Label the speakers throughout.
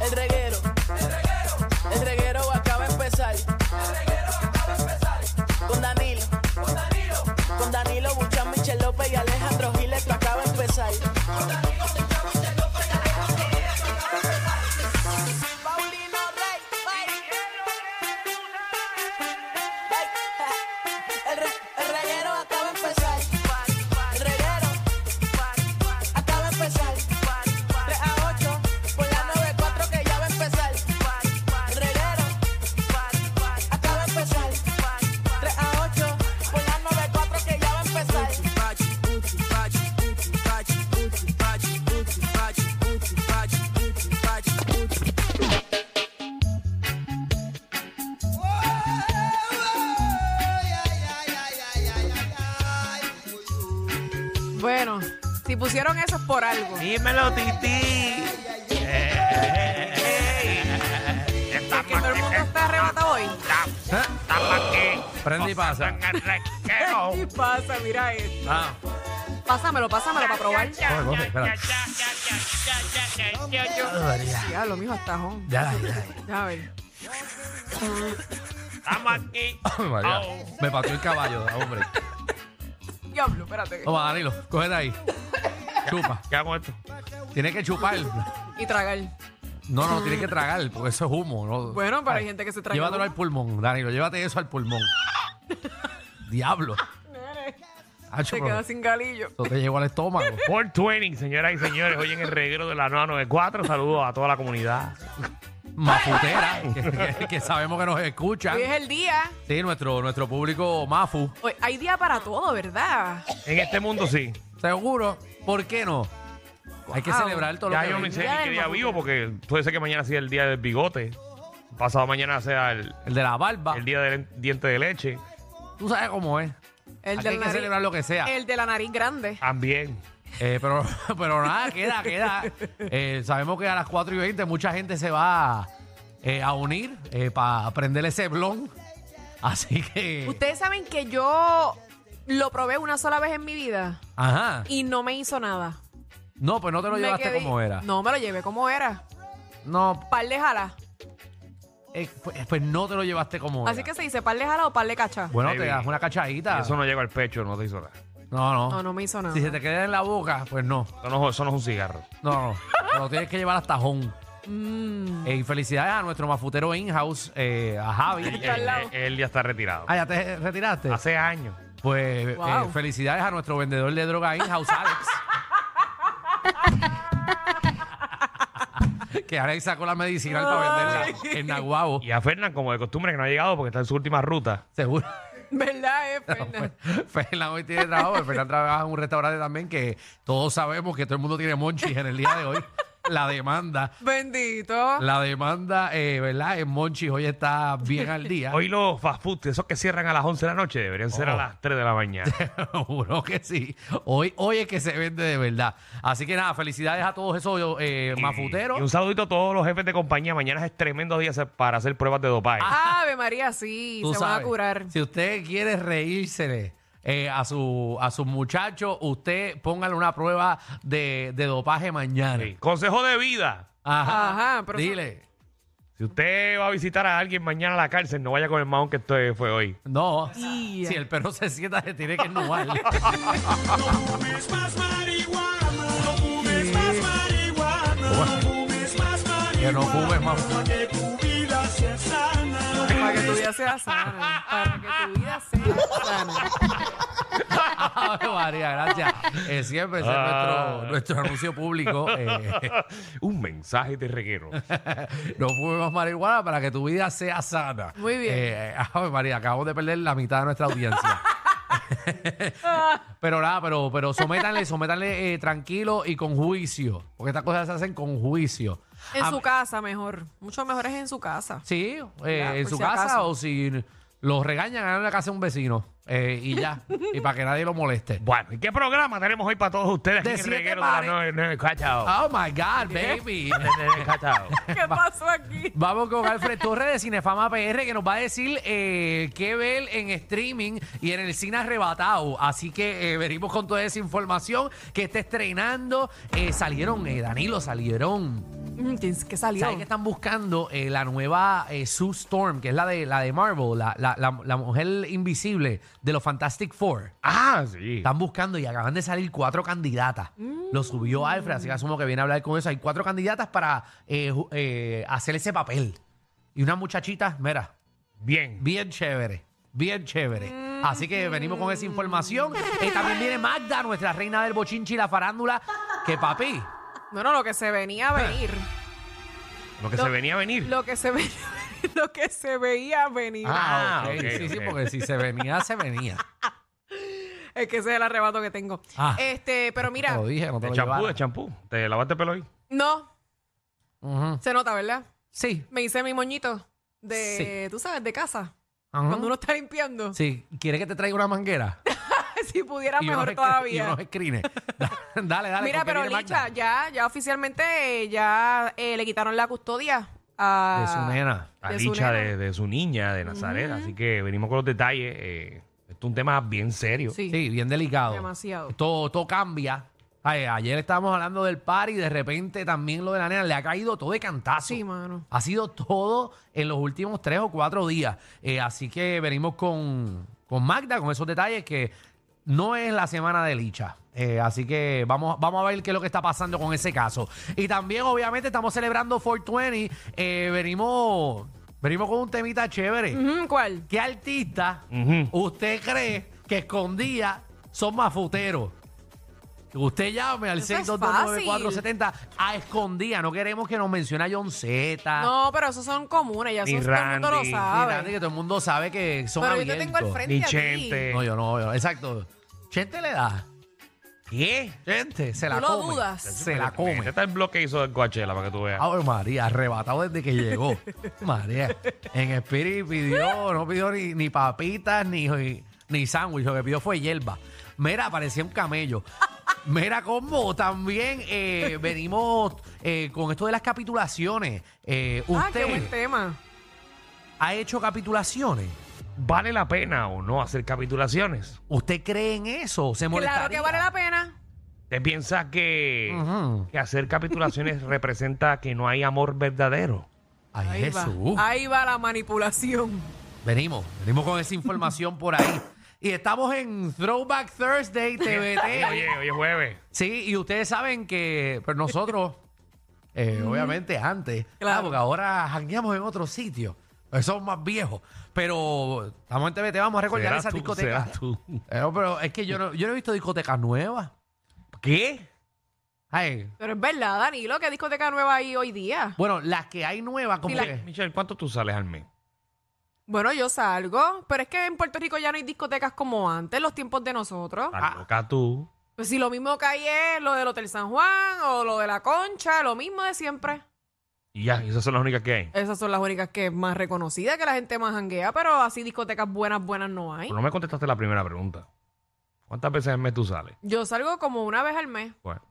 Speaker 1: El reguero. El reguero acaba de empezar. Con Danilo. Con Danilo Buchan, Michel López y Alejandro Giles, esto acaba de empezar. Paulino Rey, Rey. El re- el reguero acaba de empezar. El reguero acaba de empezar. 3 a 8, por la 9-4 que ya va a empezar. El reguero acaba de empezar. 3 a 8, por la 9-4 que ya va a empezar.
Speaker 2: Bueno, si pusieron eso es por algo.
Speaker 3: Dímelo, Titi.
Speaker 2: Es que todo el mundo está arrebatado hoy.
Speaker 3: Prende y pasa.
Speaker 2: ¿Qué pasa? Mira esto.
Speaker 3: Ah,
Speaker 2: Pásamelo, pásamelo para probar.
Speaker 3: coge, coge, espera. María,
Speaker 2: Ya, lo mijo está jón.
Speaker 3: Ya, ya.
Speaker 2: Ya ver.
Speaker 4: Estamos aquí.
Speaker 3: Ay, María. Me pateó el caballo, da, hombre.
Speaker 2: Diablo, espérate.
Speaker 3: Toma, Danilo, cógete ahí. Chupa.
Speaker 4: ¿Qué hago esto?
Speaker 3: Tienes que chupar.
Speaker 2: Y tragar.
Speaker 3: No, no, tienes que tragar, porque eso es humo. ¿no?
Speaker 2: Bueno, pero hay
Speaker 3: Ay,
Speaker 2: gente que se traga
Speaker 3: Llévatelo
Speaker 2: humo.
Speaker 3: al pulmón, Danilo. Llévate eso al pulmón. Diablo. Hacho,
Speaker 2: Se
Speaker 3: pero
Speaker 2: queda sin galillo.
Speaker 3: Eso te llegó al estómago.
Speaker 4: 420, señoras y señores. Hoy en el reguero de la 994. Saludos a toda la comunidad.
Speaker 3: Mafutera, que, que- que sabemos que nos escuchan.
Speaker 2: Hoy es el día.
Speaker 3: Sí, nuestro, nuestro público mafu.
Speaker 2: Hoy hay día para todo, ¿verdad?
Speaker 4: En este mundo sí.
Speaker 3: Seguro, ¿por qué no? Hay que
Speaker 2: Wow.
Speaker 3: celebrar todo lo
Speaker 4: Ya
Speaker 3: que
Speaker 4: yo
Speaker 3: ven.
Speaker 4: ni sé
Speaker 2: Día
Speaker 4: ni qué
Speaker 2: del
Speaker 4: día
Speaker 2: Maputero.
Speaker 4: vivo porque puede ser que mañana sea el día del bigote. Pasado mañana sea el,
Speaker 3: El de la barba.
Speaker 4: el día del diente de leche.
Speaker 3: Tú sabes cómo es.
Speaker 2: El
Speaker 3: Aquí
Speaker 2: de,
Speaker 3: hay que celebrar lo que sea.
Speaker 2: el de la nariz grande.
Speaker 4: También.
Speaker 3: Eh, pero, pero nada, queda, queda. Eh, sabemos que a las 4 y 20 mucha gente se va eh, a unir para prender ese blon. Así que.
Speaker 2: Ustedes saben que yo lo probé una sola vez en mi vida
Speaker 3: Ajá.
Speaker 2: y no me hizo nada.
Speaker 3: No, pues no te lo
Speaker 2: Me
Speaker 3: llevaste
Speaker 2: quedé-
Speaker 3: como era.
Speaker 2: No, me lo llevé como era.
Speaker 3: No,
Speaker 2: Par de jala.
Speaker 3: eh, pues, pues no te lo llevaste como
Speaker 2: Así
Speaker 3: era.
Speaker 2: que se dice par de jala o par de cacha.
Speaker 3: Bueno,
Speaker 4: Baby.
Speaker 3: te das una
Speaker 2: Ah.
Speaker 3: cachadita.
Speaker 4: Eso no llega al pecho, no te hizo nada.
Speaker 3: No, no.
Speaker 2: No, no me hizo nada.
Speaker 3: Si se te queda en la boca, pues no.
Speaker 4: Eso no, eso no es un cigarro.
Speaker 3: No, no. Te lo tienes que llevar hasta home.
Speaker 2: Mm.
Speaker 3: Eh, y felicidades a nuestro mafutero in-house, eh, a Javi.
Speaker 4: Él,
Speaker 2: al lado.
Speaker 4: él- eh, él ya está retirado.
Speaker 3: Ah, ya te retiraste.
Speaker 4: Hace años.
Speaker 3: Pues
Speaker 2: Wow.
Speaker 3: eh, felicidades a nuestro vendedor de droga in-house, Alex. que Alex sacó la medicinal para venderla en Naguabo.
Speaker 4: Y a Fernán, como de costumbre, que no ha llegado porque está en su última ruta.
Speaker 3: Seguro.
Speaker 2: ¿Verdad, eh,
Speaker 3: pues.
Speaker 2: Fernan?
Speaker 3: Fernán hoy tiene trabajo. Fernán trabaja en un restaurante también que todos sabemos que todo el mundo tiene monchis en el día de hoy. La demanda.
Speaker 2: Bendito.
Speaker 3: La demanda, eh, ¿verdad? En Monchis hoy está bien al día.
Speaker 4: Hoy los fast food, esos que cierran a las 11 de la noche, deberían ser a
Speaker 3: Oh.
Speaker 4: las 3 de la mañana.
Speaker 3: Juro que sí. Hoy, hoy es que se vende de verdad. Así que nada, felicidades a todos esos eh,
Speaker 4: Y un
Speaker 3: mafuteros.
Speaker 4: saludito a todos los jefes de compañía. Mañana es tremendo día hacer- para hacer pruebas de dopaje.
Speaker 3: Ah.
Speaker 2: Ave María, sí,
Speaker 3: Tú
Speaker 2: se van a
Speaker 3: sabes,
Speaker 2: curar.
Speaker 3: Si usted quiere reírsele eh, a su a sus muchachos, usted póngale una prueba de, de dopaje mañana.
Speaker 4: Sí. Consejo de vida.
Speaker 3: Ajá.
Speaker 2: Ajá, pero
Speaker 3: Dile.
Speaker 4: Si usted va a visitar a alguien mañana a la cárcel, no vaya con el maón que esto fue hoy.
Speaker 3: No,
Speaker 2: Y-
Speaker 3: si el perro se sienta, se tiene que innovar. que no fumes más.
Speaker 2: Para que tu vida sea sana. Para que tu vida sea sana.
Speaker 3: Ave María, gracias. Eh, siempre ese es
Speaker 4: Ah.
Speaker 3: nuestro, nuestro anuncio público. eh,
Speaker 4: Un mensaje de reguero.
Speaker 3: no fumes más marihuana para que tu vida sea sana.
Speaker 2: Muy bien.
Speaker 3: Eh, ave María, acabamos de perder la mitad de nuestra audiencia. pero nada, pero, pero sométanle, sométanle eh, tranquilo y con juicio. Porque estas cosas se hacen con juicio.
Speaker 2: En
Speaker 3: A-
Speaker 2: su casa, mejor. Mucho mejor es en su casa.
Speaker 3: Sí, eh,
Speaker 2: Ya,
Speaker 3: en
Speaker 2: por
Speaker 3: su
Speaker 2: si
Speaker 3: casa
Speaker 2: acaso.
Speaker 3: o si los regañan, hagan en la casa de un vecino eh, y ya, y para que nadie lo moleste.
Speaker 4: Bueno, ¿y qué programa tenemos hoy para todos ustedes?
Speaker 3: De
Speaker 4: aquí en el
Speaker 3: siete
Speaker 4: reguero de la
Speaker 3: pares.
Speaker 4: nueve- nueve, cachao.
Speaker 3: Oh my God, baby.
Speaker 4: Nueve, cachao.
Speaker 3: Ah.
Speaker 2: ¿Qué pasó aquí?
Speaker 3: Vamos con Alfred Torres de Cinefama PR que nos va a decir eh, qué ver en streaming y en el cine arrebatado. Así que eh, venimos con toda esa información que está estrenando. Eh, salieron, eh, Danilo, salieron
Speaker 2: Mm, ¿Qué, qué salió?
Speaker 3: ¿Sabes que están buscando eh, la nueva eh, Sue Storm, que es la de la de Marvel, la, la- la- la mujer invisible de los Fantastic Four?
Speaker 4: Ah, sí.
Speaker 3: Están buscando y acaban de salir cuatro candidatas. Lo
Speaker 2: Mm.
Speaker 3: subió Alfred, así que asumo que viene a hablar con eso. Hay cuatro candidatas para eh, ju- eh, hacer ese papel. Y una muchachita, mira,
Speaker 4: Bien.
Speaker 3: bien chévere, bien chévere. Así que venimos con esa información. Eh, también viene Magda, nuestra reina del bochinchi y la farándula, que papi.
Speaker 2: No, no, lo que se venía a
Speaker 3: Ah.
Speaker 2: venir.
Speaker 4: Lo que se venía a venir.
Speaker 2: Lo que se venía lo que se veía venir.
Speaker 3: Ah,
Speaker 4: Ah,
Speaker 3: ok.
Speaker 4: ok,
Speaker 3: sí, sí,
Speaker 4: ok.
Speaker 3: porque si se venía, se venía.
Speaker 2: Es que ese es el arrebato que tengo.
Speaker 3: Ah.
Speaker 2: Este, pero
Speaker 3: Te
Speaker 2: mira,
Speaker 3: lo dije, no te
Speaker 4: El
Speaker 3: lo
Speaker 4: champú,
Speaker 3: llevara.
Speaker 4: el champú. ¿Te lavaste el pelo hoy?
Speaker 2: no,
Speaker 3: Ujú.
Speaker 2: se nota, ¿verdad?
Speaker 3: Sí.
Speaker 2: Me hice mi moñito de, tú sabes, de casa.
Speaker 3: Ajá.
Speaker 2: Cuando uno está limpiando.
Speaker 3: Sí. ¿Quieres que te traiga una manguera?
Speaker 2: si pudiera
Speaker 3: unos
Speaker 2: mejor
Speaker 3: escri-
Speaker 2: todavía.
Speaker 3: y unos screens. dale, dale.
Speaker 2: Mira,
Speaker 3: ¿con qué
Speaker 2: pero
Speaker 3: viene
Speaker 2: Licha,
Speaker 3: Magda?
Speaker 2: ya, ya oficialmente eh, ya eh, le quitaron la custodia a
Speaker 3: De su nena.
Speaker 4: A
Speaker 2: De su
Speaker 4: dicha
Speaker 2: nena.
Speaker 4: de, de su niña, de Nazaret. Así que venimos con los detalles. eh, esto es un tema bien serio.
Speaker 2: Sí,
Speaker 3: Sí, bien delicado.
Speaker 2: Demasiado.
Speaker 3: Todo, todo cambia. Ay, ayer estábamos hablando del par y de repente también lo de la nena le ha caído todo de cantazo.
Speaker 2: Sí, mano.
Speaker 3: Ha sido todo en los últimos tres o cuatro días. Eh, así que venimos con, con Magda, con esos detalles que no es la semana de Licha. Eh, así que vamos, vamos a ver qué es lo que está pasando con ese caso. Y también, obviamente, estamos celebrando 420. Eh, venimos, venimos con un temita chévere.
Speaker 2: Ujú, ¿Cuál?
Speaker 3: ¿Qué artista usted cree que escondía son mafuteros? Usted llame al
Speaker 2: Eso es
Speaker 3: 629-470 a escondida. No queremos que nos mencione a John Z.
Speaker 2: No, pero esos son comunes, ya
Speaker 4: Ni
Speaker 2: eso todo el mundo lo
Speaker 4: Randy, ni
Speaker 3: Ah. Ni
Speaker 2: sabe.
Speaker 3: nadie, que todo el mundo sabe que son
Speaker 2: pero yo te tengo al
Speaker 3: abiertos.
Speaker 2: frente
Speaker 4: Ni
Speaker 2: a ti.
Speaker 4: Chente.
Speaker 3: No, yo no, yo no. Exacto. Chente le da.
Speaker 4: ¿Qué?
Speaker 3: Chente se la
Speaker 2: Tú lo
Speaker 3: come.
Speaker 2: dudas.
Speaker 3: Se la
Speaker 4: Este
Speaker 3: come.
Speaker 4: está el bloque que hizo del Coachella para que tú veas.
Speaker 3: Ave María, arrebatado desde que llegó. María, en espíritu pidió, no pidió ni, ni papitas ni, ni sándwich, lo que pidió fue hierba. Mira, parecía un camello. Mira, combo, también eh, venimos eh, con esto de las capitulaciones. Eh,
Speaker 2: Ah, qué
Speaker 3: ¿Usted
Speaker 2: buen tema.
Speaker 3: ha hecho capitulaciones?
Speaker 4: ¿Vale la pena o no hacer capitulaciones?
Speaker 3: ¿Usted cree en eso? ¿Se
Speaker 2: Claro que
Speaker 3: molestaría?
Speaker 2: vale la pena.
Speaker 4: ¿Te piensas que,
Speaker 3: Ujú.
Speaker 4: que hacer capitulaciones representa que no hay amor verdadero?
Speaker 3: Ay,
Speaker 2: Ahí va. Ah.
Speaker 3: Jesús.
Speaker 2: Ahí va la manipulación.
Speaker 3: Venimos, venimos con esa información por ahí. Y estamos en Throwback Thursday
Speaker 4: Oye,
Speaker 3: TVT.
Speaker 4: oye, jueves.
Speaker 3: Sí, y ustedes saben que pues nosotros, eh, obviamente antes,
Speaker 2: Claro.
Speaker 3: ah, porque ahora jangueamos en otro sitio. Pues Somos más viejos. Pero estamos en TVT, vamos a recordar
Speaker 4: Serás
Speaker 3: esa
Speaker 4: tú,
Speaker 3: discoteca.
Speaker 4: serás tú.
Speaker 3: Eh, no, pero es que yo no, yo no he visto discotecas nuevas.
Speaker 4: ¿Qué?
Speaker 3: Ay,
Speaker 2: Pero es verdad, Danilo, ¿qué discoteca nueva hay hoy día?
Speaker 3: bueno, las que hay nuevas, como
Speaker 4: Mira,
Speaker 3: que-
Speaker 4: Michelle, ¿cuánto tú sales al mes?
Speaker 2: Bueno, yo salgo, pero es que en Puerto Rico ya no hay discotecas como antes, los tiempos de nosotros.
Speaker 4: Estás loca tú.
Speaker 2: Pues si lo mismo que hay es lo del Hotel San Juan o lo de la Concha, lo mismo de siempre.
Speaker 4: Y ya, esas son las únicas que hay.
Speaker 2: Esas son las únicas que más reconocidas, que la gente más janguea, pero así discotecas buenas, buenas no hay.
Speaker 4: Pero no me contestaste la primera pregunta. ¿Cuántas veces al mes tú sales?
Speaker 2: Yo salgo como una vez al mes.
Speaker 4: Bueno.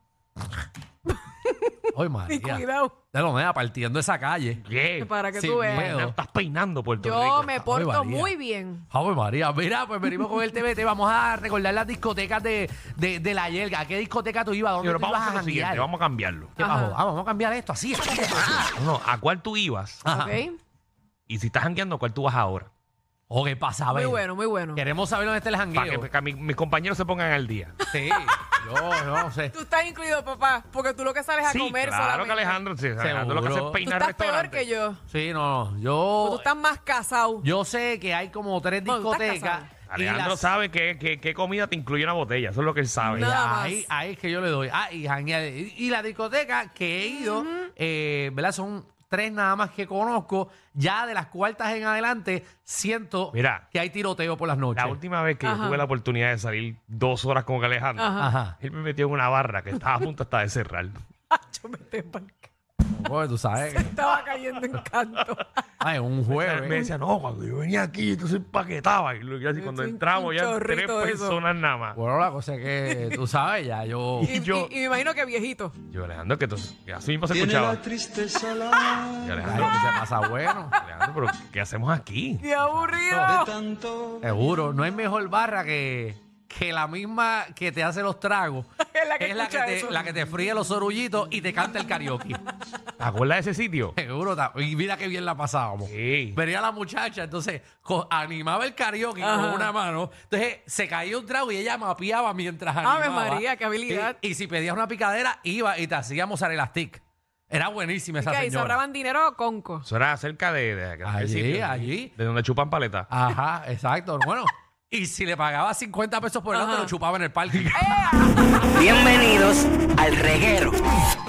Speaker 3: Ay, María.
Speaker 2: Y cuidado.
Speaker 3: De lo mea, partiendo esa calle.
Speaker 4: ¿Qué?
Speaker 2: Para que
Speaker 3: Sí,
Speaker 2: tú veas.
Speaker 3: miedo.
Speaker 4: Peinando, Estás peinando Puerto
Speaker 2: Yo
Speaker 4: Rico.
Speaker 2: me porto
Speaker 3: María.
Speaker 2: muy bien.
Speaker 3: Ave María, mira, pues venimos con el TBT. Vamos a recordar las discotecas de, de, de la Yelga. ¿A qué discoteca tú ibas? ¿Dónde
Speaker 4: Pero
Speaker 3: tú
Speaker 4: vamos a
Speaker 3: ibas a
Speaker 4: hacer lo siguiente,
Speaker 3: janguear?
Speaker 4: vamos a cambiarlo.
Speaker 3: ¿Qué
Speaker 2: Ajá.
Speaker 3: pasó? Ah, vamos a cambiar esto así.
Speaker 4: No, ¿a cuál tú ibas?
Speaker 3: Ajá.
Speaker 2: ¿Ok?
Speaker 4: Y si estás jangueando, ¿a cuál tú vas ahora?
Speaker 3: Ok, para saber.
Speaker 2: Muy bueno, muy bueno.
Speaker 3: Queremos saber dónde está el
Speaker 4: Para que,
Speaker 3: jangueo.
Speaker 4: para que mi- mis compañeros se pongan al día.
Speaker 3: Sí, yo no sé.
Speaker 2: Tú estás incluido, papá, porque tú lo que sales Pues a
Speaker 4: sí,
Speaker 2: comer
Speaker 4: claro
Speaker 2: solamente.
Speaker 4: que Alejandro, sí, Alejandro lo que hace es
Speaker 3: Seguro.
Speaker 2: Tú
Speaker 4: peinar
Speaker 2: estás peor
Speaker 4: restaurantes.
Speaker 2: que yo.
Speaker 3: Sí, no, no.
Speaker 2: o Pues Tú
Speaker 3: Yo,
Speaker 2: estás más casado.
Speaker 3: yo sé que hay como tres
Speaker 2: Bueno, tú estás
Speaker 3: discotecas.
Speaker 2: casado.
Speaker 3: y
Speaker 4: Alejandro
Speaker 3: las-
Speaker 4: sabe qué que, que comida te incluye una botella, eso es lo que él sabe.
Speaker 2: No. Nada más.
Speaker 3: Ahí, ahí es que yo le doy. Ah, y janguear. Y, y la discoteca que he ido, eh, ¿verdad? Son tres nada más que conozco. Ya de las cuartas en adelante, siento
Speaker 4: Mira.
Speaker 3: que hay tiroteo por las noches.
Speaker 4: La última vez que yo
Speaker 2: Ajá.
Speaker 4: tuve la oportunidad de salir dos horas con Alejandro,
Speaker 2: Ajá.
Speaker 3: Ajá.
Speaker 4: él me metió en una barra que estaba a punto hasta de cerrar.
Speaker 2: Yo me te-
Speaker 3: Oye, tú sabes.
Speaker 2: Estaba cayendo en canto.
Speaker 3: Ay, un
Speaker 4: Él me
Speaker 3: jueves.
Speaker 4: decía, no, cuando yo venía aquí, entonces empaquetaba. Y lo que así, cuando
Speaker 2: Un- un
Speaker 4: entramos, ya
Speaker 2: chorrito
Speaker 4: tres
Speaker 2: de eso.
Speaker 4: personas nada más.
Speaker 3: Bueno, la cosa es que tú sabes ya, yo.
Speaker 2: Y,
Speaker 4: yo-
Speaker 2: y- y me imagino que viejito.
Speaker 4: Yo, Alejandro, que entonces, que así mismo se escuchaba.
Speaker 5: tristeza la
Speaker 4: Y
Speaker 3: Ay,
Speaker 4: Alejandro,
Speaker 3: lo que se pasa bueno.
Speaker 4: Alejandro, pero ¿qué hacemos aquí?
Speaker 2: ¡Qué aburrido!
Speaker 5: tanto
Speaker 3: Seguro, no hay mejor barra que, que la misma que te hace los tragos.
Speaker 2: Es la que escucha
Speaker 3: te,
Speaker 2: eso.
Speaker 3: la que te fríe los orullitos y te canta el karaoke.
Speaker 4: ¿Te acuerdas de ese sitio?
Speaker 3: Seguro, ta- y mira qué bien la pasábamos.
Speaker 4: Sí.
Speaker 3: Venía la muchacha, entonces co- animaba el karaoke con
Speaker 2: Ajá.
Speaker 3: una mano. Entonces se caía un trago y ella mapeaba mientras animaba.
Speaker 2: Ave María, qué habilidad.
Speaker 3: Y, y si pedías una picadera, iba y te hacía mozzarella stick. Era buenísima esa
Speaker 2: Que ahí
Speaker 3: señora.
Speaker 2: sobraban dinero o conco.
Speaker 4: Eso era cerca de, de- de-
Speaker 3: Allí,
Speaker 4: del sitio,
Speaker 3: allí.
Speaker 4: De donde chupan paleta.
Speaker 3: Ajá, exacto. Bueno, y si le pagaba 50 pesos por el lado, te lo chupaba en el parque.
Speaker 6: Bienvenidos al reguero.